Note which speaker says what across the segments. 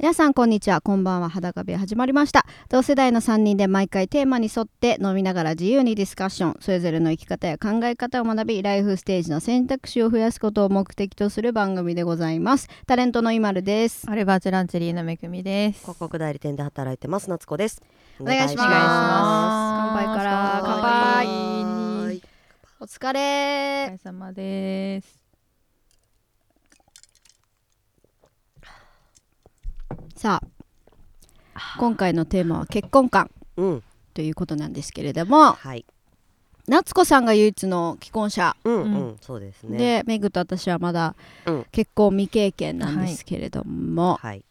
Speaker 1: 皆さんこんにちはこんばんは裸部屋始まりました同世代の3人で毎回テーマに沿って飲みながら自由にディスカッションそれぞれの生き方や考え方を学びライフステージの選択肢を増やすことを目的とする番組でございますタレントのイマルです
Speaker 2: アルバーチェランチェリーのめくみです。
Speaker 3: 広告代理店で働いてます夏子ですお
Speaker 1: 願いします
Speaker 3: お願いし
Speaker 1: 乾杯から乾杯
Speaker 2: 乾杯。
Speaker 1: お疲
Speaker 2: お
Speaker 1: れ
Speaker 2: 疲れ様です。
Speaker 1: さあ今回のテーマは結婚観
Speaker 3: うん
Speaker 1: ということなんですけれども
Speaker 3: はい
Speaker 1: 夏子さんが唯一の既婚者
Speaker 3: うんう
Speaker 2: うんん、
Speaker 3: そうですね
Speaker 1: でメグと私はまだ
Speaker 3: うん
Speaker 1: 結婚未経験なんですけれども、
Speaker 3: はい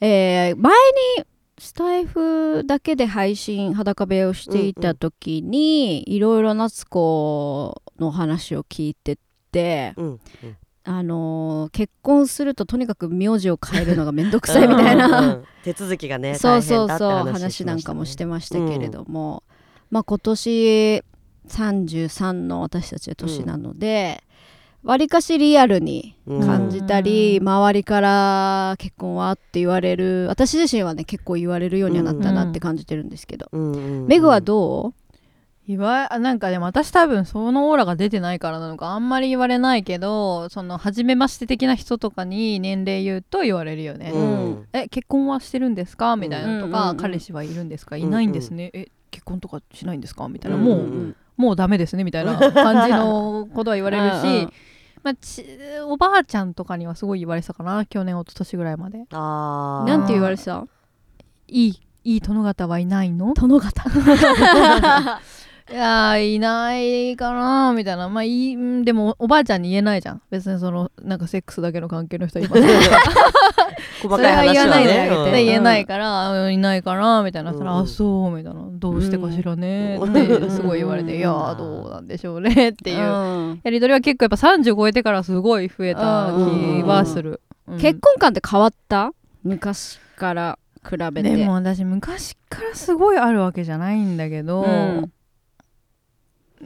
Speaker 1: えー前にスタイフだけで配信裸部屋をしていた時に、いろいろ夏子の話を聞いてて、
Speaker 3: うんうん
Speaker 1: あのー結婚するととにかく名字を変えるのがめんどくさいみたいな、
Speaker 3: うんうんうん手続きがね
Speaker 1: そうそうそう
Speaker 3: 大変だって
Speaker 1: 話
Speaker 3: 話
Speaker 1: なんかもしててましたけれども、まあ今年33の私たちの年なのでわり、割かしリアルに感じたり、
Speaker 2: うん
Speaker 1: 周りから結婚はって言われる私自身はね結構言われるようにはなったなって感じてるんですけど、
Speaker 3: うんうんうん
Speaker 1: メグはど
Speaker 2: 言わあなんかでも私多分そのオーラが出てないからなのかあんまり言われないけどその初めまして的な人とかに年齢言うと言われるよね、
Speaker 3: うん
Speaker 2: え結婚はしてるんですかみたいなのとか、
Speaker 1: うんうんうん
Speaker 2: 彼氏はいるんですかいないんですね、え結婚とかしないんですかみたいな、
Speaker 1: う
Speaker 2: も
Speaker 3: ん
Speaker 2: うんもうダメですねみたいな感じのことは言われるし、
Speaker 1: うんうん
Speaker 2: まあ、ちおばあちゃんとかにはすごい言われてたかな去年一昨年ぐらいまで
Speaker 3: あー
Speaker 1: なんて言われてた
Speaker 2: いいいい殿方はいないの
Speaker 1: 殿方
Speaker 2: いやーいないかなーみたいなまあいいうんでもおばあちゃんに言えないじゃん別にそのなんかセックスだけの関係の人はいます
Speaker 3: 細
Speaker 2: そ
Speaker 3: か
Speaker 2: れ
Speaker 3: い
Speaker 2: は
Speaker 3: 話
Speaker 2: 言わ
Speaker 3: は
Speaker 2: ないで
Speaker 3: ね
Speaker 2: あげ
Speaker 1: う
Speaker 2: て
Speaker 1: ん
Speaker 2: 言えないから、うんいないかなーみたいな、それ
Speaker 3: うんうん
Speaker 2: あそうみたいなどうしてかしらね
Speaker 3: うん
Speaker 2: ーってすごい言われて、
Speaker 1: うん
Speaker 2: いやーどうなんでしょうねーっていう、
Speaker 1: うん
Speaker 2: やり取りは結構やっぱ30超えてからすごい増えた気はする、うん
Speaker 1: 結婚観って変わった昔から比べて。
Speaker 2: でも私昔からすごいあるわけじゃないんだけど、
Speaker 1: うん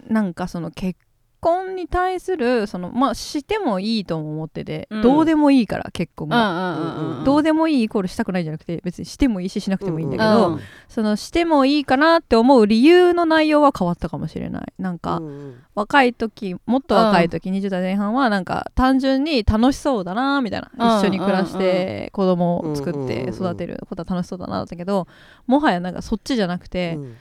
Speaker 2: なんかその結婚に対するそのまあしてもいいとも思ってて、
Speaker 1: うん
Speaker 2: どうでもいいから結婚
Speaker 1: う
Speaker 2: が、
Speaker 1: んうんうんうん
Speaker 2: どうでもいいイコールしたくないじゃなくて別にしてもいいししなくてもいいんだけど、
Speaker 1: うんうん
Speaker 2: そのしてもいいかなって思う理由の内容は変わったかもしれないなんか、
Speaker 3: うん
Speaker 2: 若い時もっと若い時、20代前半はなんか単純に楽しそうだなみたい
Speaker 1: う
Speaker 2: な、
Speaker 1: ん
Speaker 2: 一緒に暮らして子供を作っ
Speaker 3: うん
Speaker 2: て育てることは楽しそうだなだったけどもはやなんかそっちじゃなくて、
Speaker 3: うん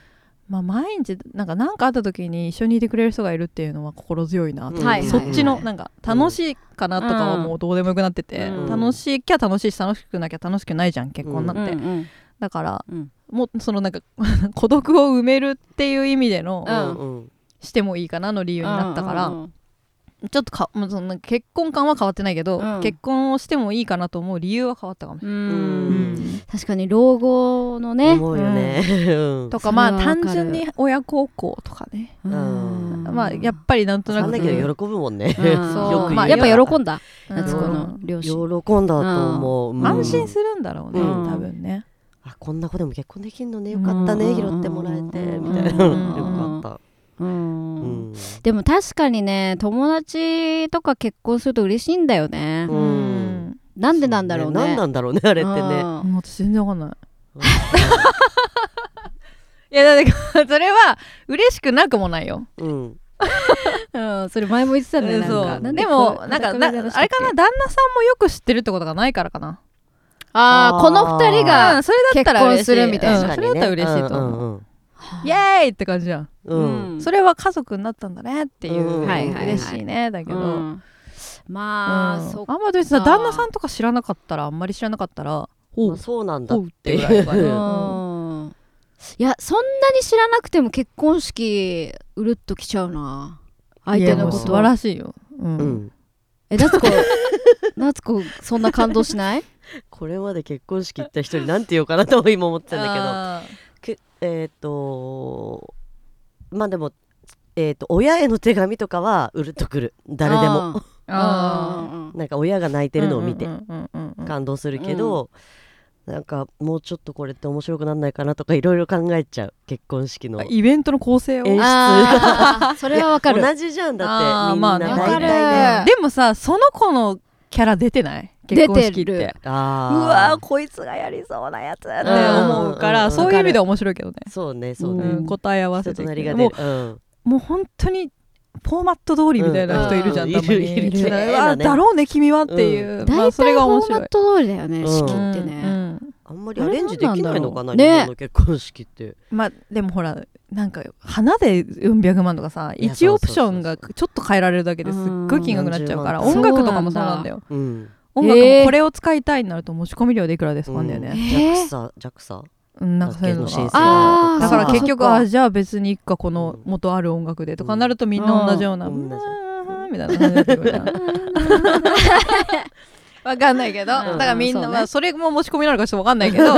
Speaker 2: まあ、毎日なんかなんかあった時に一緒にいてくれる人がいるっていうのは心強いなと、
Speaker 3: うん
Speaker 1: はい
Speaker 2: そっ
Speaker 1: は
Speaker 2: ちの
Speaker 1: い
Speaker 2: なんか楽しいかなとかは
Speaker 1: うん
Speaker 2: もうどうでもよくなってて、
Speaker 1: うん
Speaker 2: 楽しいきゃ楽しいし楽しくなきゃ楽しくないじゃん結婚なんて、
Speaker 1: うんうん
Speaker 2: だから
Speaker 1: うん
Speaker 2: もうそのなんか 孤独を埋めるっていう意味での、
Speaker 1: うん
Speaker 3: うん
Speaker 2: してもいいかなの理由になったから。
Speaker 1: うんうんうん
Speaker 2: ちょっとかもうその結婚観は変わってないけど、
Speaker 1: うん
Speaker 2: 結婚をしてもいいかなと思う理由は変わったかもし
Speaker 1: う
Speaker 2: れない、
Speaker 1: ん
Speaker 3: ん
Speaker 1: 確かに老後のね、
Speaker 3: 思うよねうん
Speaker 2: とかまあ
Speaker 1: それはわか
Speaker 2: 単
Speaker 1: る
Speaker 2: 純に親孝行とかね、
Speaker 1: うん
Speaker 2: まあやっぱりなんとな
Speaker 3: なん
Speaker 2: く
Speaker 3: だけど喜ぶも んね
Speaker 1: うん
Speaker 2: そう
Speaker 3: よく言う
Speaker 1: まあ、やっぱ喜んだ
Speaker 2: うん
Speaker 1: 夏子
Speaker 3: うん
Speaker 1: の両
Speaker 3: 喜
Speaker 1: 親、
Speaker 3: んだと思ううん
Speaker 2: 安心するんだろうね、
Speaker 3: うん
Speaker 2: 多分ね
Speaker 3: あこんな子でも結婚できんのねよかった
Speaker 1: う
Speaker 3: ね
Speaker 1: ん
Speaker 3: 拾ってもらえて
Speaker 1: うん
Speaker 3: みたいなよ
Speaker 2: うん
Speaker 3: かった
Speaker 1: うん
Speaker 3: うん
Speaker 1: でも確かにね友達とか結婚すると嬉しいんだよね、
Speaker 3: うん
Speaker 1: なんでなんだろうね
Speaker 3: なんなんだろうねあれってね
Speaker 2: うん私全然わかんない
Speaker 3: うん
Speaker 2: いやだってそれは嬉しくなくもないよ、
Speaker 3: うん
Speaker 1: うん、うんそれ前も言ってたね、
Speaker 2: うん
Speaker 1: なん
Speaker 2: そ
Speaker 1: か
Speaker 2: う
Speaker 1: なん
Speaker 2: で
Speaker 1: こ
Speaker 2: も
Speaker 1: う
Speaker 2: なんか
Speaker 1: こ
Speaker 2: なあ
Speaker 1: こ
Speaker 2: れ
Speaker 1: 話
Speaker 2: か
Speaker 1: したっけ
Speaker 2: な旦那さんもよく知ってるってことがないからかな
Speaker 1: ああこの二人
Speaker 2: う
Speaker 1: が
Speaker 2: んそれだったら嬉し
Speaker 1: 結婚
Speaker 2: い
Speaker 1: するみたいな
Speaker 2: うんそれだったら嬉しいと思う、
Speaker 3: 思
Speaker 2: イエーイって感じじゃん
Speaker 3: うん
Speaker 2: それは家族になったんだねっていう、
Speaker 3: うんはいはいはい
Speaker 2: 嬉しいねだけど、うん
Speaker 1: うんまあ、そっか
Speaker 2: あんま別にさ旦那さんとか知らなかったらあんまり知らなかったらお
Speaker 3: まあ
Speaker 2: う
Speaker 3: そうなんだ
Speaker 2: お
Speaker 3: っ
Speaker 2: うって
Speaker 3: て
Speaker 2: ぐらいか
Speaker 1: う
Speaker 2: な、
Speaker 1: んいやそんなに知らなくても結婚式うるっときちゃうな相手
Speaker 2: いやも
Speaker 1: の
Speaker 2: う
Speaker 1: こ
Speaker 2: 素
Speaker 1: と
Speaker 2: 晴らしいよ、うん
Speaker 3: うん
Speaker 1: え夏子夏子そんな感動しない
Speaker 3: これまで結婚式行った人になんて言おうかなと今思ってたんだ
Speaker 2: あ
Speaker 3: けどけえっとまあでもえっと親への手紙とかはうるっとくる誰で
Speaker 2: ー
Speaker 3: も
Speaker 1: あ
Speaker 2: あ
Speaker 1: ー
Speaker 3: なんか親が泣いてるのを見て
Speaker 2: うんうんうんうんうん
Speaker 3: 感動するけど、なんかもうちょっとこれって面白くなんないかなとかいろいろ考えちゃう結婚式の
Speaker 2: あイベントの構成を
Speaker 3: 演出が
Speaker 1: あーそれはわかる
Speaker 3: 同じじゃんだって
Speaker 2: あー
Speaker 3: みんな
Speaker 2: まあね
Speaker 3: 大体
Speaker 1: わか
Speaker 3: ね
Speaker 1: る
Speaker 2: でもさその子のキャラ出てない結婚式
Speaker 1: 出て
Speaker 2: って
Speaker 1: る
Speaker 3: あ
Speaker 2: う
Speaker 3: ー
Speaker 2: わーこいつがやりそうなやつって思うか
Speaker 3: うんうんうんう
Speaker 2: ら
Speaker 3: ん
Speaker 2: そういう意味では面白いけどね
Speaker 3: そうねそうね、
Speaker 2: うん答え合わせて
Speaker 3: 人と
Speaker 2: い
Speaker 3: なり
Speaker 2: く
Speaker 3: が
Speaker 2: も
Speaker 3: 出
Speaker 2: う
Speaker 3: る、うん、
Speaker 2: もう本当にフォーマット通りみたいな人いるじゃん、
Speaker 3: うん
Speaker 2: たまに
Speaker 3: いるいる
Speaker 2: うわ
Speaker 3: 綺麗なね
Speaker 2: だろうね君はっていう、ま
Speaker 1: 大
Speaker 2: あ、それ
Speaker 1: 体フ
Speaker 2: が面
Speaker 1: ォーマ
Speaker 2: 白い
Speaker 1: ット通りだよね、
Speaker 3: うん
Speaker 1: 式って
Speaker 2: う
Speaker 1: ね、
Speaker 2: んうん
Speaker 3: あんまりアレンジできないのかな
Speaker 1: あれ
Speaker 3: 日
Speaker 1: なんだろう
Speaker 3: 本の結婚式って、
Speaker 2: まあでもほらなんか花でうん百万とかさ
Speaker 3: いや
Speaker 2: 1オプション
Speaker 3: そう
Speaker 2: が
Speaker 3: そ
Speaker 2: ちょっと変えられるだけですっごい金額になっちゃうから
Speaker 3: うん
Speaker 2: 音楽とかもそうなんだよ
Speaker 3: うん、
Speaker 2: 音
Speaker 1: なんだ
Speaker 2: 楽
Speaker 1: へ
Speaker 2: も
Speaker 1: ー
Speaker 2: これを使いたいになると持ち込み料でいくらですかんだよ
Speaker 3: う
Speaker 2: ね、
Speaker 3: ジャクサジャクサ
Speaker 2: うん、なんかそういうの
Speaker 3: だっけの
Speaker 2: が
Speaker 3: 申請
Speaker 1: あー
Speaker 2: だから結局
Speaker 1: そっか
Speaker 2: あじゃあ別にいっかこの元ある音楽でとかなるとみんな同じような、
Speaker 3: う
Speaker 2: うんん、みたいな感じになってくるじゃんわかんないけど
Speaker 1: うん
Speaker 2: だからみんな、
Speaker 1: そうね
Speaker 2: まあそれも持ち込みなのかちょっとわかんないけど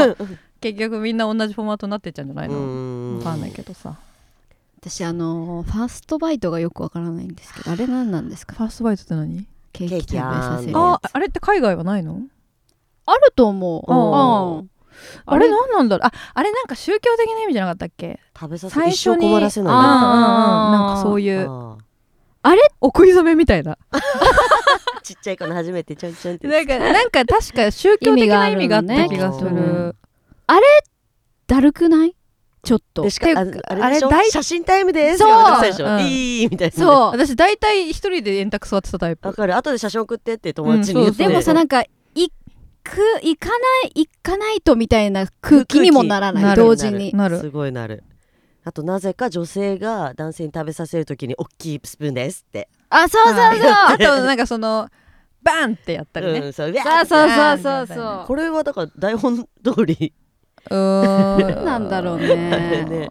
Speaker 2: 結局みんな同じフォーマットになってっちゃうんじゃないのわかんないけどさ
Speaker 1: 私あのファーストバイトがよくわからないんですけどあれ何なんですか
Speaker 2: ファーストバイトって何
Speaker 1: ケーキ食べさせ
Speaker 3: ケーキ
Speaker 1: る
Speaker 3: やん
Speaker 1: あ
Speaker 2: ああれって海外はないの
Speaker 1: ると思う、
Speaker 3: うん
Speaker 1: うん
Speaker 2: あれ何なんだろうああれなんか宗教的な意味じゃなかったっけ
Speaker 3: 食べさせ
Speaker 2: 最
Speaker 3: 一
Speaker 2: 初
Speaker 3: 生
Speaker 2: に
Speaker 3: 困らせ
Speaker 2: うんうんうん
Speaker 3: な
Speaker 2: なんかそう
Speaker 3: い
Speaker 2: い
Speaker 3: ね
Speaker 2: う
Speaker 3: あ
Speaker 2: お食い初めみたいな
Speaker 3: ーちっちゃい子の初めてちょんちょんって
Speaker 2: なんかなんか確か宗教的な意味があった気がす
Speaker 3: 意味があるの
Speaker 2: る。
Speaker 1: だるくないちょっと
Speaker 3: でしかあ
Speaker 2: ていうか
Speaker 3: あれでしょ
Speaker 2: あれ大
Speaker 3: 写真タイムです
Speaker 2: そう
Speaker 3: が最初
Speaker 2: うん
Speaker 3: いいみたいなね
Speaker 1: そう
Speaker 2: 私大体一人で円卓座ってたタイ
Speaker 3: わ
Speaker 2: プ。
Speaker 3: かる後で写真送ってって友達に言って、
Speaker 2: う
Speaker 1: でもさなんか行く行かない行かないとみたいな空気にもならない
Speaker 2: 空気
Speaker 1: 同時に
Speaker 2: なる
Speaker 3: すごいなるあとなぜか女性が男性に食べさせるときに大きいスプーンですって
Speaker 1: あそうそうそう、
Speaker 2: あとなんかそのバンってやったり
Speaker 3: う
Speaker 2: ね。
Speaker 3: ん、そううわ
Speaker 1: そうそうそうそう
Speaker 2: みたいな
Speaker 1: そう
Speaker 3: これはだから台本通り
Speaker 2: うーん。
Speaker 1: なんだろう
Speaker 3: れ
Speaker 1: ね
Speaker 3: ね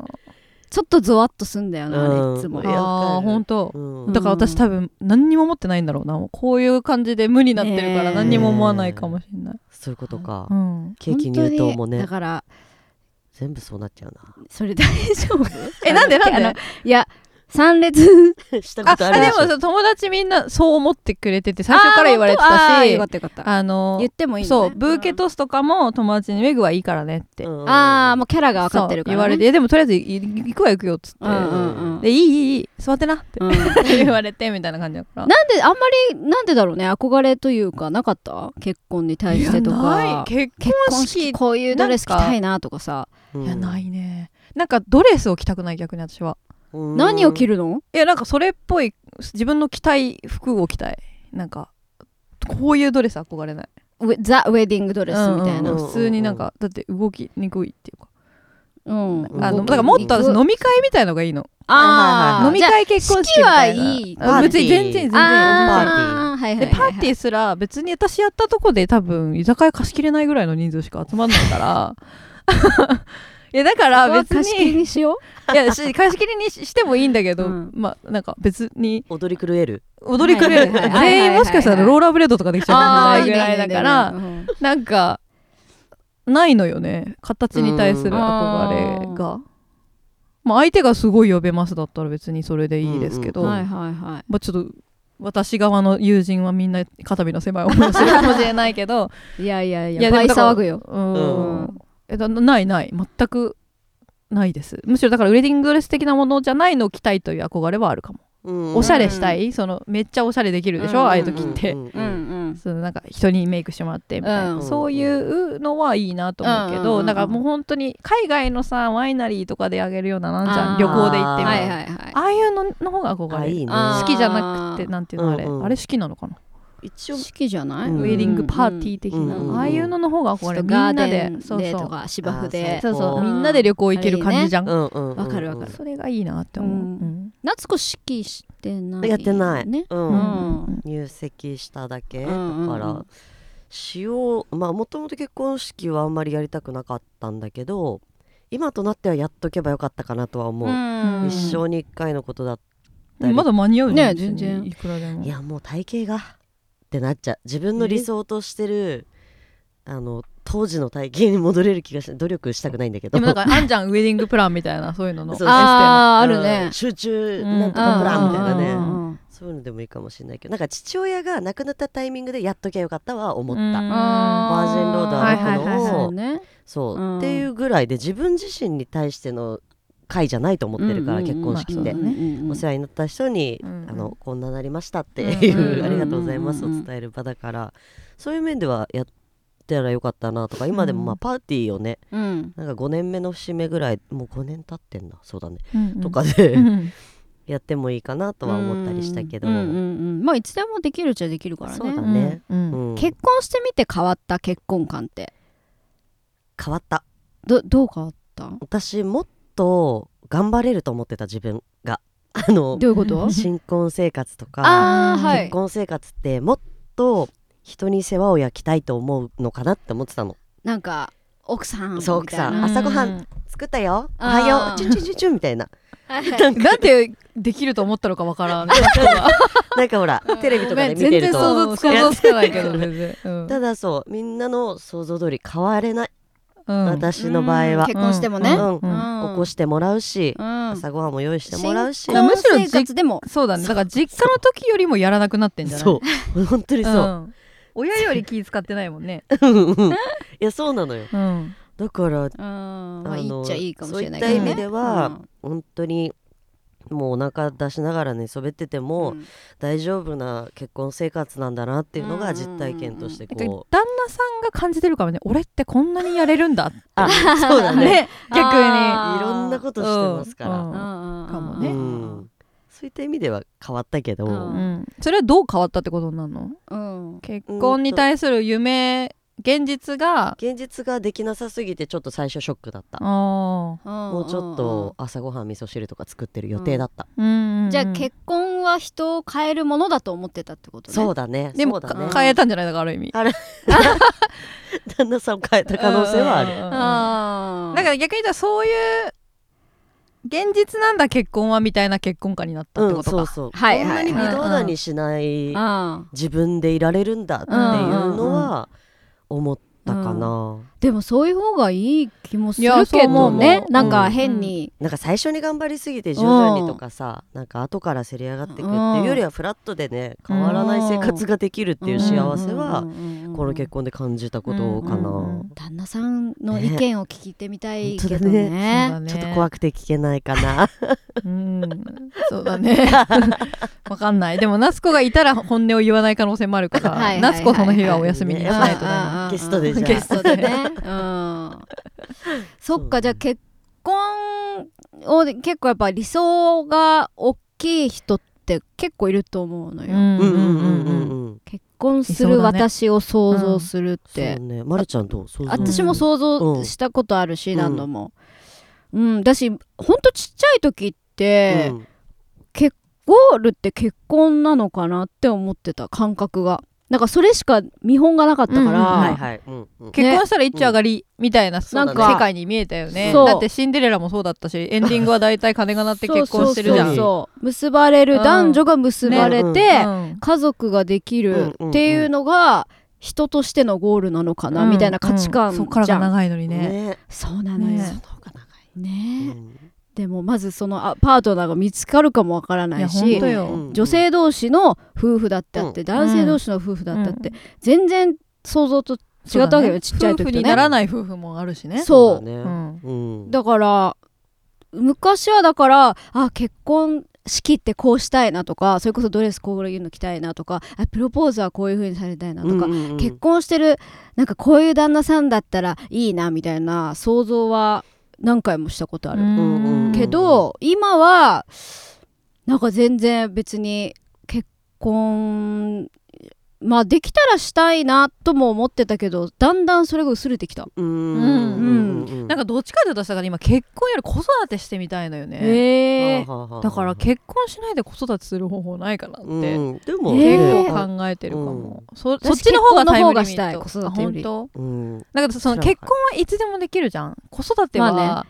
Speaker 1: ちょっとゾワッとすんだよなあ
Speaker 3: うん
Speaker 1: れいつも
Speaker 3: いやわ
Speaker 2: あ
Speaker 3: か
Speaker 2: あ
Speaker 3: る
Speaker 2: 本当。
Speaker 3: うん
Speaker 1: ん
Speaker 2: だから私多分何にも思ってないんだろうな。こういう感じで無になってるから
Speaker 1: ね
Speaker 2: 何にも思わないかもしれない。
Speaker 3: そういうことか
Speaker 2: うん。
Speaker 3: ケーキ入
Speaker 1: 本
Speaker 3: 刀
Speaker 1: 当
Speaker 3: も
Speaker 1: に
Speaker 3: ね
Speaker 1: だから
Speaker 3: 全部そうなっちゃうな
Speaker 1: それ大丈夫
Speaker 2: えなんでなんで
Speaker 1: あのいや3列
Speaker 3: した
Speaker 2: あ
Speaker 3: ことあ
Speaker 2: あ
Speaker 3: る
Speaker 2: で
Speaker 3: でし
Speaker 2: も
Speaker 3: ょ
Speaker 2: その友達みんなそう思ってくれてて最初から言われてた
Speaker 1: あー
Speaker 2: し
Speaker 1: 本当あーよか。ったよかった
Speaker 2: あの
Speaker 1: 言ってもいいの
Speaker 2: そ
Speaker 1: ね
Speaker 2: うブーケ
Speaker 1: ん
Speaker 2: トスとかも友達に「メグはいいからね」って
Speaker 3: うんうん
Speaker 1: ああもうキャラが分かってるから、ね、
Speaker 2: そう言われてでもとりあえずい行くわ行くよっつって、
Speaker 1: うんうんうん
Speaker 2: でいいいいいい座ってなって
Speaker 1: うん なん
Speaker 2: 言われてみたいな感じだから
Speaker 1: であんまりなんでだろうね憧れというかなかった結婚に対してとか
Speaker 2: いやない
Speaker 1: 結
Speaker 2: 結
Speaker 1: 婚
Speaker 2: 婚
Speaker 1: 式
Speaker 2: 式
Speaker 1: こういうドレス着たいなとかさ
Speaker 3: うん
Speaker 2: いやないねなんかドレスを着たくない逆に私は
Speaker 3: うん
Speaker 1: 何を着るの
Speaker 2: いやなんかそれっぽい自分の着たい服を着たいなんかこういうドレス憧れない
Speaker 1: ウェザ・ウェディングドレスみたいな
Speaker 2: うんうんうん普通になんかだって動きにくいっていうか
Speaker 1: うん
Speaker 3: うん
Speaker 2: あ
Speaker 3: 動
Speaker 2: の
Speaker 3: き
Speaker 2: だからもっと私
Speaker 1: うん
Speaker 2: 飲み会みたいのがいいの
Speaker 1: あー
Speaker 2: 飲み会結婚式みたいな
Speaker 1: じゃあ式はいい
Speaker 2: あ別に全然全然
Speaker 1: あーはいはい
Speaker 2: で
Speaker 1: はい
Speaker 2: パ
Speaker 1: はい
Speaker 2: ーティーすら別に私やったとこで多分居酒屋貸し切れないぐらいの人数しか集まんないから いやだから
Speaker 1: は
Speaker 2: 別
Speaker 1: 貸し切り
Speaker 2: に
Speaker 1: にしよ
Speaker 2: いやし貸し切りにししてもいいんだけど、
Speaker 1: うん
Speaker 2: まあなんか別に
Speaker 3: 踊り狂える
Speaker 2: 踊り狂える
Speaker 1: はいはいはいはい
Speaker 2: 全員もしかしたらローラーブレードとかでき
Speaker 1: う
Speaker 2: ちゃう
Speaker 1: ー
Speaker 2: ぐらいだから
Speaker 1: ね
Speaker 2: なんかないのよね形に対する憧れが。まあ、相手がすごい呼べますだったら別にそれでいいですけど、
Speaker 3: うんうん
Speaker 1: はいはいはい
Speaker 2: まあ、ちょっと私側の友人はみんな肩身の狭い思いをするかもしれないけ ど
Speaker 1: いやいやい
Speaker 2: い
Speaker 1: や
Speaker 2: やで
Speaker 1: 倍
Speaker 2: もだから
Speaker 1: 騒ぐよ
Speaker 2: う
Speaker 3: うん
Speaker 2: んえだないない全くないですむしろだからウェディングドレス的なものじゃないのを着たいという憧れはあるかも、
Speaker 3: お
Speaker 2: おしゃれしたいそのめっちゃおしゃれできるでしょ、
Speaker 1: うん
Speaker 2: ああいう時って、
Speaker 1: うんうん
Speaker 2: そのなんか人にメイクしてもらってみたいな、
Speaker 1: うん
Speaker 2: そういうのはいいなと思う
Speaker 1: うん
Speaker 2: け
Speaker 1: うんう
Speaker 2: ど、
Speaker 1: んうん
Speaker 2: だからもう本当に海外のさワイナリーとかであげるようななんじゃ
Speaker 1: あー
Speaker 2: ん旅行で行ってみ
Speaker 1: は
Speaker 2: た
Speaker 1: い
Speaker 2: いな、
Speaker 1: はいはい
Speaker 2: ああいうのの方が憧
Speaker 3: あ
Speaker 2: れ
Speaker 3: いいね
Speaker 1: あー
Speaker 2: 好きじゃなくてなんていうのあれ、
Speaker 3: うんうん
Speaker 2: あれ好きなのかな
Speaker 3: 一応
Speaker 1: 式じゃない
Speaker 3: うん
Speaker 2: ウェディングパーティー的な、
Speaker 3: うん
Speaker 2: ああいうのの方が
Speaker 1: ちょっ
Speaker 2: 憧れ
Speaker 1: と
Speaker 2: みん
Speaker 1: ガ
Speaker 2: な
Speaker 1: ーデ
Speaker 2: で
Speaker 1: ン
Speaker 2: そう
Speaker 1: で
Speaker 2: そ
Speaker 1: と
Speaker 2: う
Speaker 1: か芝生
Speaker 3: あ
Speaker 1: で
Speaker 2: そうそううんみんなで旅行行ける感じじゃん、
Speaker 3: うんうんうん
Speaker 1: わかるわかる
Speaker 2: それがいいなって思う、
Speaker 1: うん夏子式してない
Speaker 3: やってない
Speaker 1: ね
Speaker 3: う
Speaker 2: うんん
Speaker 1: うん
Speaker 3: 入籍しただけだ
Speaker 1: う
Speaker 3: か
Speaker 1: んうんうん
Speaker 3: らしようまあもともと結婚式はあんまりやりたくなかったんだけど今となってはやっとけばよかったかなとは思う、
Speaker 1: ん
Speaker 3: 一生に一回のことだった
Speaker 2: うん
Speaker 3: り
Speaker 2: まだ間に合うじゃ
Speaker 1: ね
Speaker 2: ん別に
Speaker 1: 全然
Speaker 2: いくらでも
Speaker 3: いやもう体型がってなっちゃう自分の理想としてるあの当時の体型に戻れる気がして努力したくないんだけ
Speaker 2: で
Speaker 3: ど
Speaker 2: もなんかあんじゃんウェディングプランみたいなそういうのの
Speaker 3: そう
Speaker 1: あーあ
Speaker 3: うん
Speaker 1: るね
Speaker 3: 集中
Speaker 2: うん
Speaker 3: なんとかプランみたいな
Speaker 2: うんうんうん
Speaker 3: ね
Speaker 2: うん
Speaker 3: そういうのでもいいかもしれないけどなんか父親が亡くなったタイミングでやっときゃよかったは思った、
Speaker 2: うん
Speaker 1: バ
Speaker 2: バ
Speaker 1: ー
Speaker 3: ー
Speaker 1: ジ
Speaker 3: ジ
Speaker 1: ンロ
Speaker 3: ン
Speaker 1: ー
Speaker 3: ロー
Speaker 1: ド
Speaker 3: ド
Speaker 1: は
Speaker 2: 歩
Speaker 1: く
Speaker 2: くのを
Speaker 1: のを
Speaker 3: そう、
Speaker 1: うん
Speaker 3: っていうぐらいで自分自身に対しての会じゃないと思ってるから、
Speaker 1: うんうんうん
Speaker 3: 結婚式って、
Speaker 2: まあそうだね
Speaker 3: お世話になった人に、
Speaker 2: うんうん
Speaker 3: あのこんななりましたっていう、
Speaker 2: うん
Speaker 3: ありがとうございます
Speaker 1: う
Speaker 3: を
Speaker 1: んうんうん
Speaker 3: 伝える場だからそういう面ではやったらよかったなとか今でもま
Speaker 2: う
Speaker 3: あ
Speaker 2: ん
Speaker 3: パーティーをね
Speaker 1: うん
Speaker 3: なんか5年目の節目ぐらいもう5年経ってんだそうだね、
Speaker 2: うんうん
Speaker 3: とかで、
Speaker 2: うん
Speaker 3: やってもいいかなとは思ったりしたけど、
Speaker 1: うんうんうんまあいつでもできるっちゃできるからね
Speaker 3: そうだ
Speaker 2: うん
Speaker 3: ね
Speaker 2: うん
Speaker 3: うん
Speaker 1: 結婚してみて変わった結婚観って
Speaker 3: 変わった
Speaker 1: どどう変わった
Speaker 3: 私もっと頑張れると思ってた自分があの
Speaker 1: どういうこと
Speaker 2: う
Speaker 3: 新婚生活とか
Speaker 1: あーはい
Speaker 3: 結婚生活ってもっと人に世話を焼きたいと思うのかなって思ってたの
Speaker 1: なんか奥さんみたいな
Speaker 3: そう奥さん
Speaker 2: うん
Speaker 3: 朝ごはん作ったよお
Speaker 1: あー
Speaker 3: はようチュンチュンチュンチュンみたいな
Speaker 1: はい
Speaker 3: なんか
Speaker 2: なんでできると思ったのかわからん。 なんか
Speaker 3: なんかほら
Speaker 1: うん
Speaker 3: テレビとかで見
Speaker 2: 全
Speaker 3: て
Speaker 2: 然
Speaker 3: る
Speaker 2: 想
Speaker 3: と
Speaker 2: 像つか想像つかないけど全然。うん
Speaker 3: ただそうみんなの想像通り変われない、
Speaker 2: うん
Speaker 3: 私の場合は
Speaker 1: 結婚してもね、
Speaker 2: う
Speaker 1: うんん
Speaker 3: うん起こしてもらうし、
Speaker 1: うん
Speaker 3: 朝ごはんも用意してもらうし
Speaker 1: 新婚生活でも
Speaker 2: そうだね。だから実家の時よりもやらなくなってんじゃない。
Speaker 3: そう本当に
Speaker 2: う
Speaker 3: そう、
Speaker 2: ん親より気使ってないもんね。
Speaker 3: うんうんいやそうなのよ
Speaker 2: うん。
Speaker 3: だから
Speaker 1: うんま
Speaker 3: あ
Speaker 1: あ
Speaker 3: の
Speaker 1: いいっちゃいいかもしれないけど、
Speaker 2: そう
Speaker 1: ね、
Speaker 2: いった意味
Speaker 3: では本当にもうお腹出しながら寝そべってて
Speaker 1: うん
Speaker 3: も、
Speaker 1: うん
Speaker 3: 大丈夫な結婚生活なんだなっていうのが実体験として
Speaker 2: てか旦
Speaker 3: こう、
Speaker 2: 那さんが感じてるからね。俺ってこんなにやれるんだ。
Speaker 3: あそうだね
Speaker 2: 逆に
Speaker 1: あー
Speaker 3: いろんなことしてますから、
Speaker 2: うんう
Speaker 1: う
Speaker 2: ん
Speaker 1: んうん
Speaker 2: かも
Speaker 3: う
Speaker 2: ね
Speaker 3: んそういった意味では変わったけど、
Speaker 1: うん
Speaker 2: うん。それはどう変わったってことになるの？
Speaker 1: うん
Speaker 2: 結婚に対する夢現実が。
Speaker 3: 現実ができなさすぎてちょっと最初ショックだった、
Speaker 2: ああ。
Speaker 1: も
Speaker 3: もうちょっと朝ごはん味噌汁とか作ってる予定だった、
Speaker 2: うんうん。
Speaker 1: じゃあ結婚は人を変えるものだと思ってたってことね
Speaker 3: そうだね
Speaker 2: で
Speaker 3: そ
Speaker 2: も
Speaker 3: うだね
Speaker 2: か変えたんじゃないだからある意味。
Speaker 3: 旦那さんを変えた可能性はある、
Speaker 2: うんうんうん
Speaker 1: あー
Speaker 2: だから逆に言ったらそういう現実なんだ結婚はみたいな結婚家になったって
Speaker 3: う
Speaker 2: こ
Speaker 3: ん、
Speaker 2: と
Speaker 3: そう
Speaker 2: か。
Speaker 3: そう、
Speaker 1: はいはい
Speaker 3: こんなに微動だにしない
Speaker 1: あー
Speaker 3: 自分でいられるんだっていうのは思ったかな、
Speaker 1: でもそういう方がいい気もす
Speaker 2: い
Speaker 1: る
Speaker 2: やそう
Speaker 1: け
Speaker 2: 思
Speaker 1: ど
Speaker 2: う
Speaker 1: ね
Speaker 3: うん
Speaker 1: なんか変に、
Speaker 3: なんか最初に頑張りすぎて徐々にとかさなんか後からせり上がってくっていうよりはフラットでね変わらない生活ができるっていう幸せはこの結
Speaker 1: 婚
Speaker 3: 婚で感じたことかな、
Speaker 2: うんうんうん
Speaker 1: 旦那さんの意見を聞いてみたいけど
Speaker 3: ね本当
Speaker 1: ね
Speaker 3: だちょっと怖
Speaker 2: く。
Speaker 3: くて聞けないかな
Speaker 2: うん、そうだね。 わかんない。でも夏子がいたら本音を言わない可能性もあるか
Speaker 1: はいはいは
Speaker 2: ら、
Speaker 1: い
Speaker 2: 夏子その日はお休みにし
Speaker 3: や
Speaker 2: ないと
Speaker 1: うんうん
Speaker 2: ね。
Speaker 1: うんうん
Speaker 3: ゲストでじゃあ
Speaker 1: ゲストでね、うん、そっかじゃあ結婚を結構やっぱ理想が大きい人って結構いると思うのよ、
Speaker 2: うん
Speaker 3: うんうんうんうんうん
Speaker 1: 結婚する私を想像するっ
Speaker 3: そう
Speaker 1: て、
Speaker 3: ねまるちゃんどう想像
Speaker 1: 私も想像したことあるし、
Speaker 3: うん
Speaker 1: 何度もうん、だしほんとちっちゃい時っ
Speaker 3: う
Speaker 1: て、
Speaker 3: ん
Speaker 1: ゴールって結婚なのかなって思ってた感覚がなんかそれしか見本がなかったから、
Speaker 2: うんうん
Speaker 3: はいはい、うんうん
Speaker 2: 結婚したら一丁上がりみたいな
Speaker 3: そうだ
Speaker 2: 世
Speaker 3: ね
Speaker 2: 界に見えたよね。
Speaker 1: そう
Speaker 2: だってシンデレラもそうだったし、エンディングは大体金が鳴って結婚してるじゃ
Speaker 1: そ
Speaker 2: ん。
Speaker 1: ううんそうそう結ばれる、
Speaker 2: うん
Speaker 1: 男女が結ばれて、
Speaker 3: ね
Speaker 1: 家族ができるっていうのが人としてのゴールなのかな、みたいな価値観
Speaker 2: うん
Speaker 1: じゃん、
Speaker 2: そっからが長いのにね。
Speaker 3: ね
Speaker 1: そうなのよ
Speaker 2: ね
Speaker 3: その方が長い
Speaker 1: ね
Speaker 3: うん
Speaker 1: でもまずそのあパートナーが見つかるかもわから
Speaker 2: い
Speaker 1: な
Speaker 2: や
Speaker 1: い
Speaker 2: 本
Speaker 1: し
Speaker 2: 当よ。
Speaker 3: うん
Speaker 1: 女性同士の夫婦だったって、
Speaker 3: う
Speaker 1: 男性同士の夫婦だったって、全然想像と違ったわけよ、ちっちゃい時と
Speaker 2: 夫婦
Speaker 1: ね
Speaker 2: にならない夫婦もあるしね。
Speaker 1: そう
Speaker 3: だね
Speaker 2: うん
Speaker 3: うん
Speaker 1: だから昔はだからあ結婚式ってこうしたいなとかそれこそドレスこういうの着たいなとかあプロポーズはこういう風にされたいなとか、
Speaker 3: うんうんうん
Speaker 1: 結婚してるなんかこういう旦那さんだったらいいなみたいな想像は何回もしたことある、
Speaker 3: うん
Speaker 1: けど今はなんか全然別に結婚まあできたらしたいなとも思ってたけどだんだんそれが薄れてきた。
Speaker 3: うん
Speaker 2: う
Speaker 3: うんんうん
Speaker 2: なんかどっちかというと私だから今結婚より子育てしてみたいのよね、
Speaker 1: えー
Speaker 3: はあはあはあはあ
Speaker 2: だから結婚しないで子育てする方法ないかなって、
Speaker 3: うんでも、
Speaker 1: えー
Speaker 3: わかる
Speaker 2: 考えてるかも、そそっ
Speaker 1: 私
Speaker 2: ちの方がタイムリ
Speaker 1: 結婚の方
Speaker 2: ミット
Speaker 1: がしたい子育てより
Speaker 2: あ本当
Speaker 3: うん、
Speaker 2: だけどその
Speaker 3: それは
Speaker 2: 結婚はいつでもできるじゃん子育ては、
Speaker 1: ま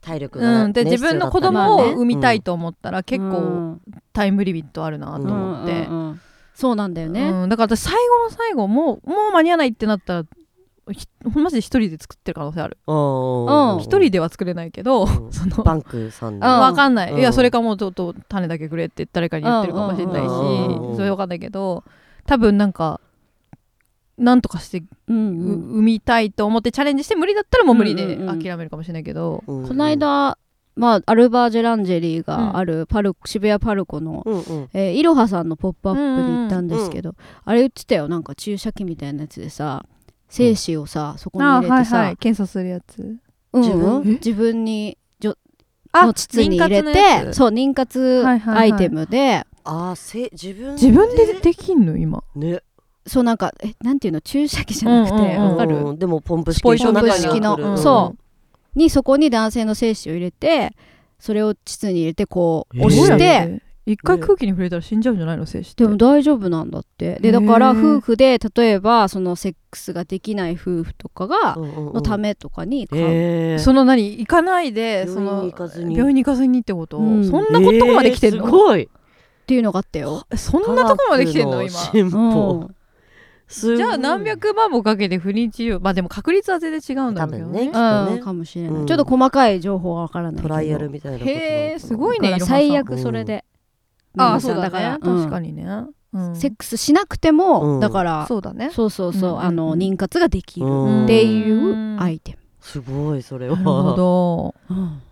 Speaker 3: 体力がね、
Speaker 2: うん、で
Speaker 3: ね
Speaker 2: 自分の子供を産みたい、と思ったら結
Speaker 1: う
Speaker 2: 構
Speaker 1: ん
Speaker 2: タイムリミットあるなと思って、
Speaker 1: うんうんうんそうなんだよね、
Speaker 2: うん、だから私最後の最後もうもう間に合わないってなったらひマジで一人で必要ってる可能性ある
Speaker 1: うん
Speaker 2: 一人では作れないけど、
Speaker 3: う ん
Speaker 2: その
Speaker 3: バンクさん
Speaker 1: うん
Speaker 3: の、
Speaker 2: わかんない、いうや
Speaker 3: ん
Speaker 2: それかもうちょっと種だけくれって誰かに言ってるかもしれないし、
Speaker 3: うんうんうん
Speaker 2: それわかんないけど多分なんかなんとかしてう
Speaker 1: うんうん
Speaker 2: 産みたいと思ってチャレンジして無理だったらもう無理
Speaker 1: うん
Speaker 2: で
Speaker 1: うんうん
Speaker 2: 諦めるかもしれないけど、
Speaker 3: うん
Speaker 1: この、間まあ、アルバージェランジェリーがあるパル、渋谷パルコの、
Speaker 3: うんうん
Speaker 1: えーいろはさんの「ポップアップに行ったんですけど、あれ言ってたよなんか注射器みたいなやつでさ精子をさそこに
Speaker 2: あ
Speaker 1: 入
Speaker 2: ー
Speaker 1: れ
Speaker 2: はい
Speaker 1: てさ、
Speaker 2: はい検査するやつ
Speaker 1: うん
Speaker 3: 自分
Speaker 1: うん自分に
Speaker 2: あ
Speaker 1: の筒に入れ
Speaker 2: 妊活のや
Speaker 1: て
Speaker 2: つ
Speaker 1: そう妊活
Speaker 2: はいはいはい
Speaker 1: アイテムで、
Speaker 3: あーせ自分
Speaker 2: 自分でできんの今
Speaker 3: ね
Speaker 1: そうなんかえなんていうの注射器じゃなくて
Speaker 2: うんうんう
Speaker 1: わ
Speaker 2: ん
Speaker 1: か
Speaker 3: うんう
Speaker 1: る
Speaker 3: んでもポンプ式
Speaker 2: ポイ
Speaker 1: ンプ
Speaker 3: 中に
Speaker 1: 式の
Speaker 3: 送る
Speaker 1: うん
Speaker 3: ん
Speaker 1: そうにそこに男性の精子を入れてそれを膣に入れてこう押
Speaker 3: えー
Speaker 1: して、
Speaker 2: 一回空気に触れたら死んじゃうんじゃないの精子って
Speaker 1: でも大丈夫なんだってで
Speaker 2: へ
Speaker 1: だ
Speaker 2: ー
Speaker 1: から夫婦で例えばそのセックスができない夫婦とかが
Speaker 3: うんうんうん
Speaker 1: のためとかに買う、
Speaker 3: えー
Speaker 2: その何行かないでその
Speaker 3: 病院に行かずに
Speaker 2: 病院に行かずにってこと、
Speaker 1: うん
Speaker 2: そんなことまで来てん
Speaker 3: えーす
Speaker 2: の、
Speaker 3: ごい
Speaker 1: っていうのがあったよ。
Speaker 2: えそんなとこまで来てんの今
Speaker 3: 科学の進
Speaker 1: う
Speaker 3: 歩
Speaker 1: ん
Speaker 3: すごい
Speaker 2: じゃあ何百万もかけて不妊治療まあでも確率は全然違うんだ
Speaker 3: 多
Speaker 2: ろうけど
Speaker 3: 分
Speaker 2: ね
Speaker 3: ねきっと
Speaker 1: うん
Speaker 3: ね
Speaker 1: かもしれない、
Speaker 3: うん
Speaker 1: ちょっと細かい情報はわからないけ
Speaker 3: ト
Speaker 1: ど
Speaker 3: ライアルみたいなことなのかな
Speaker 2: へーすごい
Speaker 1: だから
Speaker 2: ね
Speaker 1: 最悪それで、
Speaker 2: あ
Speaker 1: う
Speaker 2: あ
Speaker 1: ん
Speaker 2: そうだね
Speaker 1: から
Speaker 2: 確か
Speaker 1: に、
Speaker 2: にね、うん
Speaker 1: セックスしなくても、
Speaker 3: うん
Speaker 1: だからそ
Speaker 2: そうだね
Speaker 1: うそうそう、
Speaker 2: うん
Speaker 1: あの妊活ができる
Speaker 3: うん
Speaker 1: っていうアイテム、
Speaker 3: すごいそれ
Speaker 2: な
Speaker 3: は
Speaker 2: るほど
Speaker 1: うん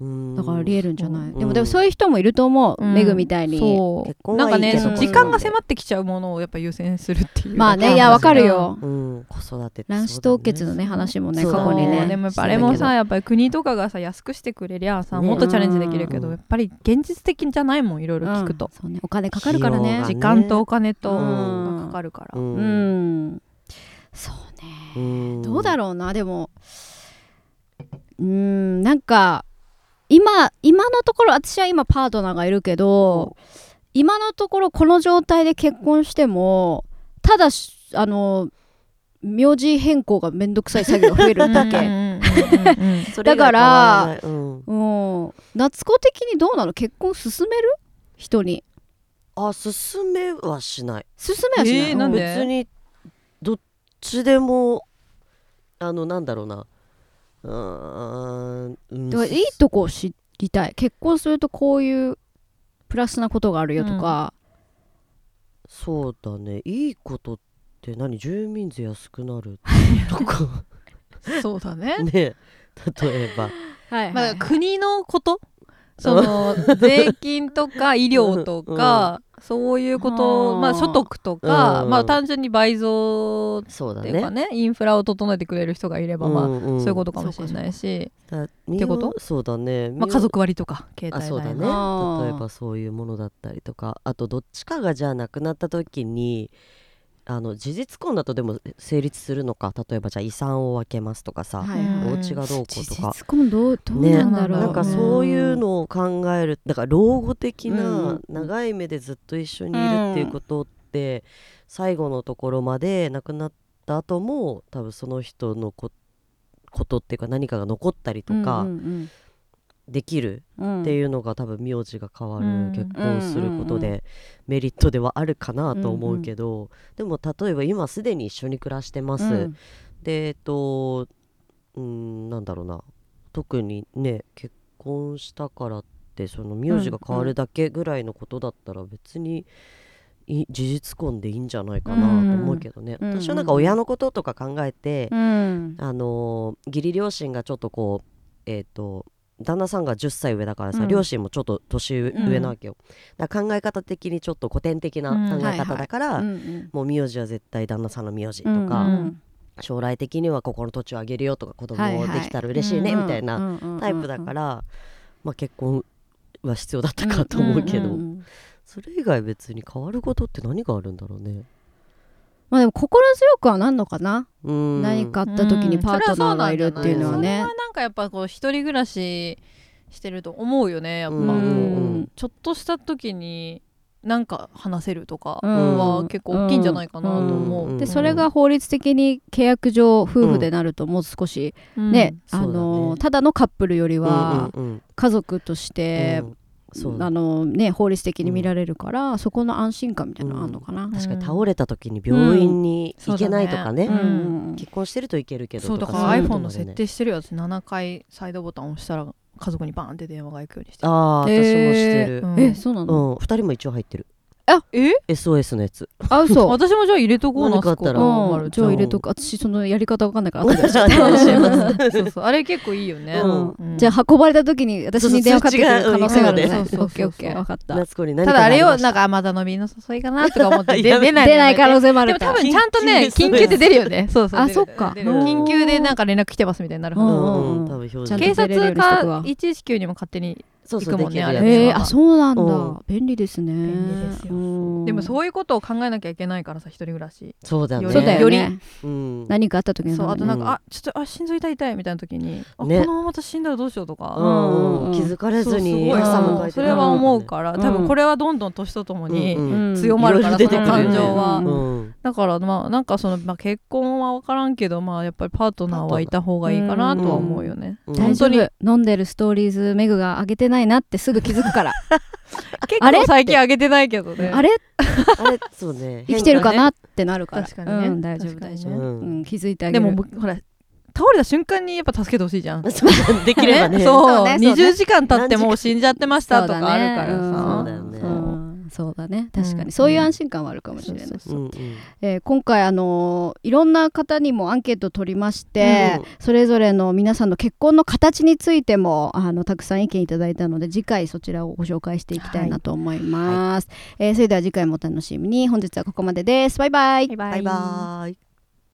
Speaker 3: うん
Speaker 1: だからありえるんじゃない、
Speaker 3: うん
Speaker 1: でもでもそういう人もいると思う、
Speaker 2: うん
Speaker 1: メグみたいに
Speaker 2: そう
Speaker 3: 結婚
Speaker 2: なんか
Speaker 3: はいい
Speaker 2: ね
Speaker 3: け
Speaker 1: そ
Speaker 3: ど
Speaker 1: う
Speaker 2: 時間が迫ってきちゃうものをやっぱ優先するっていう
Speaker 1: まあねい
Speaker 2: だけ
Speaker 1: や
Speaker 2: の話
Speaker 1: わかるよ、
Speaker 3: うん子育てってそうだね
Speaker 1: 卵子凍結のね話もね
Speaker 3: そう
Speaker 1: 過
Speaker 3: だ
Speaker 1: 去に
Speaker 2: そ
Speaker 1: ね
Speaker 2: うでもやっぱあ
Speaker 1: してた
Speaker 2: れ
Speaker 1: けど
Speaker 2: もさやっぱり国とかがさ安くしてくれりゃさ
Speaker 3: ね
Speaker 2: もっとチャレンジできるけど、
Speaker 3: うん
Speaker 2: やっぱり現実的じゃないもんいろいろ聞くと、
Speaker 1: うんそうね、お金かかるから
Speaker 3: 費用
Speaker 1: ね
Speaker 3: が
Speaker 2: 時間とお金と
Speaker 3: うん
Speaker 2: がかかるから、
Speaker 1: う
Speaker 3: うん
Speaker 1: んそうね
Speaker 3: うん
Speaker 1: どうだろうなでもうんなんか今今のところ私は今パートナーがいるけど今のところこの状態で結婚してもただしあの名字変更がめんどくさい作業が増えるだ
Speaker 2: うん
Speaker 1: け。
Speaker 2: うんうんうん
Speaker 3: それ
Speaker 1: だ
Speaker 3: 以外
Speaker 1: から
Speaker 3: 変わらないうん
Speaker 1: うん、夏子的にどうなの結婚進める人に
Speaker 3: あ進めはしない
Speaker 1: 進めはしない、
Speaker 2: えーなんで
Speaker 3: 別にどっちでもあのなんだろうなうーんうん
Speaker 1: だからいいとこを知りたい結婚するとこういうプラスなことがあるよとか、
Speaker 3: そうだねいいことって何住民税安くなる とか
Speaker 2: そうだね
Speaker 3: ね例えば
Speaker 1: はいはい
Speaker 2: まあ、国のことそ の税金とか医療とか、そういうこと、
Speaker 1: あー
Speaker 2: まあ、所得とか、
Speaker 3: うん
Speaker 2: まあ、単純に倍増っ
Speaker 3: そうだ
Speaker 2: ていうかね
Speaker 3: ね
Speaker 2: インフラを整えてくれる人がいれば、まあ
Speaker 3: んん
Speaker 2: そういうことかもしれないし、
Speaker 3: だ身を
Speaker 2: ってこと
Speaker 3: そうだね
Speaker 2: まあ、
Speaker 3: 身を
Speaker 2: 家族割とか携
Speaker 3: あ
Speaker 2: 帯
Speaker 3: そうだ
Speaker 2: 代
Speaker 3: ね
Speaker 2: の
Speaker 1: あー
Speaker 3: 例えばそういうものだったりとかあとどっちかがじゃあ亡くなった時にあの事実婚だとでも成立するのか例えばじゃあ遺産を分けますとかさ、
Speaker 1: はい
Speaker 2: うん
Speaker 3: お家がどうこう
Speaker 1: 事
Speaker 3: とか
Speaker 1: 実婚どうどうなんだろう、
Speaker 2: ね
Speaker 3: なんかそういうのを考えるだから老後的
Speaker 1: う
Speaker 3: なん長い目でずっと一緒にいるっていうことって最後のところまで亡くなった後も多分その人のこことっていうか何かが残ったりとか
Speaker 1: うん
Speaker 3: できる
Speaker 1: うんうん
Speaker 3: っていうのが多分名字が変わる、
Speaker 2: うん
Speaker 3: 結婚するこ
Speaker 1: う
Speaker 3: と
Speaker 1: んうん
Speaker 3: でメリットではあるかなと思うけど、でも例えば今すでに一緒に暮らしてます、
Speaker 1: うん
Speaker 3: でえっとうんなんだろうな特にね結婚したからってその名字が変わるだけぐらいのことだったら別に。い事実婚でいいんじゃないかなと思うけどね、
Speaker 1: うんうん
Speaker 3: 私はなんか親のこととか考えて、
Speaker 1: うん
Speaker 3: あのー義理両親がちょっとこうえっ、と旦那さんが10歳上だからさ、
Speaker 2: うん
Speaker 3: 両親もちょっと年上
Speaker 1: うん
Speaker 3: 上なわけよ、だから考え方的にちょっと古典的な考え方だから、
Speaker 1: うんうん
Speaker 3: もう名字は絶対旦那さんの名字と
Speaker 1: うん
Speaker 3: か、
Speaker 1: うん
Speaker 3: 将来的にはここの土地をあげるよとか子供
Speaker 1: はいはい
Speaker 3: できたら嬉しいね、
Speaker 2: うん
Speaker 3: みたいな
Speaker 1: うん
Speaker 3: タイプだからら、まあ、結婚は必要だったかと思うけど、
Speaker 2: うん
Speaker 3: それ以外別に変わることって何があるんだろうね。
Speaker 1: まあでも心強くはなんのかな、
Speaker 3: うん
Speaker 1: 何かあった時にパートナーがいるっていうのはね
Speaker 2: それはなんかやっぱこう一人暮らししてると思うよねやっぱ、
Speaker 3: うんうん
Speaker 2: ちょっとした時になんか話せるとか
Speaker 1: うん
Speaker 2: は結構大きいんじゃないかなと思う、
Speaker 3: うん
Speaker 1: でそれが法律的に契約上夫婦でなるともう少しね、
Speaker 3: うん
Speaker 1: あ
Speaker 3: そうだ
Speaker 1: の
Speaker 3: ね
Speaker 1: ただのカップルよりは
Speaker 3: うんうんうん
Speaker 1: 家族として
Speaker 3: うんそうだ
Speaker 1: あのね、法律的に見られるから、そこの安心感みたいなのあるのかな。
Speaker 3: 確かに
Speaker 2: れ
Speaker 3: 倒れた時に病院に行けないとかね,、
Speaker 2: うん
Speaker 1: うん
Speaker 3: 結婚してると行けるけど
Speaker 2: そうだ
Speaker 3: と
Speaker 2: か
Speaker 3: からそうい
Speaker 2: iPhone
Speaker 3: うこと
Speaker 2: の
Speaker 3: まで
Speaker 2: 設
Speaker 3: ね
Speaker 2: 定してるやつ7回サイドボタン押したら家族にバーンって電話が行くようにしてる
Speaker 3: ああ、
Speaker 1: えー
Speaker 3: 私もしてる、
Speaker 2: うん
Speaker 1: えそうな
Speaker 3: う
Speaker 1: の、
Speaker 3: ん、二人も一応入ってる
Speaker 2: あえ
Speaker 3: SOS のやつ
Speaker 1: あ嘘
Speaker 2: 私もじゃあ入れとこうな
Speaker 3: 何かあったら
Speaker 2: あ
Speaker 1: うん
Speaker 2: る
Speaker 1: じゃあ入れとく私そのやり方わかんない から後で教えて
Speaker 2: 楽しい ますそうそうあれ結構いいよね、
Speaker 3: うん
Speaker 2: うん
Speaker 1: じゃあ運ばれた時に私
Speaker 3: そうそ
Speaker 1: に
Speaker 3: う
Speaker 1: 電話かかってくる可能性があるね。
Speaker 2: 通知
Speaker 1: オ
Speaker 2: がうん
Speaker 1: ッケーオッケー分かった。
Speaker 3: 夏子に何
Speaker 2: た
Speaker 3: か
Speaker 2: だあれをな
Speaker 3: が
Speaker 2: ん
Speaker 3: り
Speaker 2: かあまだ飲みの誘いかなとか思って で
Speaker 3: やめ
Speaker 2: 出ない
Speaker 1: 出ない可能性もあ
Speaker 2: で
Speaker 1: る
Speaker 2: も
Speaker 1: か
Speaker 2: 多
Speaker 1: ら。
Speaker 2: 分ちゃ んとね
Speaker 3: 緊急
Speaker 2: 緊急で出るよねそうそう
Speaker 1: あ
Speaker 2: 出る
Speaker 1: そっか
Speaker 2: 出る
Speaker 3: うん
Speaker 2: 緊急でなんか連絡来てますみたいになる
Speaker 3: ま
Speaker 2: は
Speaker 3: し
Speaker 2: ず
Speaker 3: た
Speaker 1: うん
Speaker 3: う
Speaker 1: う
Speaker 3: ん
Speaker 1: ん
Speaker 3: うん多分表
Speaker 1: ちゃんと
Speaker 2: 警
Speaker 1: 出
Speaker 3: 示
Speaker 1: れるようにし
Speaker 2: 察
Speaker 1: とく
Speaker 2: か
Speaker 1: わ
Speaker 2: 119にも勝手に
Speaker 3: そうそ
Speaker 2: 行
Speaker 3: う
Speaker 2: く
Speaker 3: で
Speaker 2: もん
Speaker 3: き
Speaker 2: ねあれ
Speaker 3: るやつは
Speaker 1: えー、あそうなんだ、
Speaker 3: うん
Speaker 1: 便利ですね
Speaker 2: 便利ですよ
Speaker 1: うん
Speaker 2: でもそういうことを考えなきゃいけないからさ一人暮らし
Speaker 3: そうだね
Speaker 1: そうだよ
Speaker 2: よ
Speaker 1: ね
Speaker 2: り
Speaker 3: うん
Speaker 1: 何かあった時の
Speaker 2: そうあ
Speaker 1: た
Speaker 2: と
Speaker 1: めに
Speaker 2: なんか、
Speaker 3: うん
Speaker 2: あちょっとあ心臓痛い痛いみたいな時にあ、
Speaker 3: ね
Speaker 2: このまま死んだらどうしようとか、
Speaker 3: うん
Speaker 1: うん
Speaker 3: 気づかれずに
Speaker 2: そうすごい
Speaker 3: 朝
Speaker 1: も
Speaker 3: 迎え
Speaker 2: そ
Speaker 3: て
Speaker 2: うそれは思うから、
Speaker 1: うん
Speaker 2: 多分これはどんどん年ととも
Speaker 3: うん
Speaker 2: に
Speaker 3: うん
Speaker 1: うん
Speaker 2: 強まるから、
Speaker 3: いろいろ出
Speaker 2: そ
Speaker 3: て
Speaker 2: の
Speaker 3: くるよ
Speaker 2: 感
Speaker 3: ね
Speaker 2: 情は、
Speaker 3: うん
Speaker 2: だからまあなんかその、まあ、結婚は分からんけどまあやっぱりパートナーはいた方がいいかなとは思うよね、
Speaker 3: うん
Speaker 1: 大丈
Speaker 2: 本
Speaker 1: 夫飲んでるストーリーズメグが上げてないなってすぐ気づく から
Speaker 2: 結
Speaker 1: あれって
Speaker 2: 構最近あげてないけどね
Speaker 1: あれ
Speaker 3: あれそうね
Speaker 1: 生きてるか
Speaker 3: 変
Speaker 1: なってなるから
Speaker 2: 確かにね
Speaker 1: うん、大丈夫
Speaker 2: 確か
Speaker 1: 大
Speaker 2: にね
Speaker 1: 丈夫、
Speaker 3: う
Speaker 1: うんん、気づいてあげ
Speaker 2: で
Speaker 1: る
Speaker 2: も僕ほら倒れた瞬間にやっぱ助けてほしいじゃん
Speaker 3: だねそうできればね
Speaker 2: そう
Speaker 1: そうねそうね
Speaker 2: 20時間経ってもう死んじゃってましたとかあるから
Speaker 1: そう
Speaker 2: さ
Speaker 3: だよね
Speaker 1: う
Speaker 3: うん
Speaker 1: んそうだね確か
Speaker 2: う
Speaker 1: に
Speaker 2: ん
Speaker 1: そういう安心感はあるかもしれない、
Speaker 2: そう
Speaker 3: うんうん
Speaker 1: えー今回あのーいろんな方にもアンケートを取りまして、
Speaker 3: うん
Speaker 1: それぞれの皆さんの結婚の形についてもあのたくさん意見いただいたので次回そちらをご紹介していきたいなと思います、えーそれでは次回もお楽しみに本日はここまでですバイバイ
Speaker 2: バイバイ
Speaker 3: バイバーイ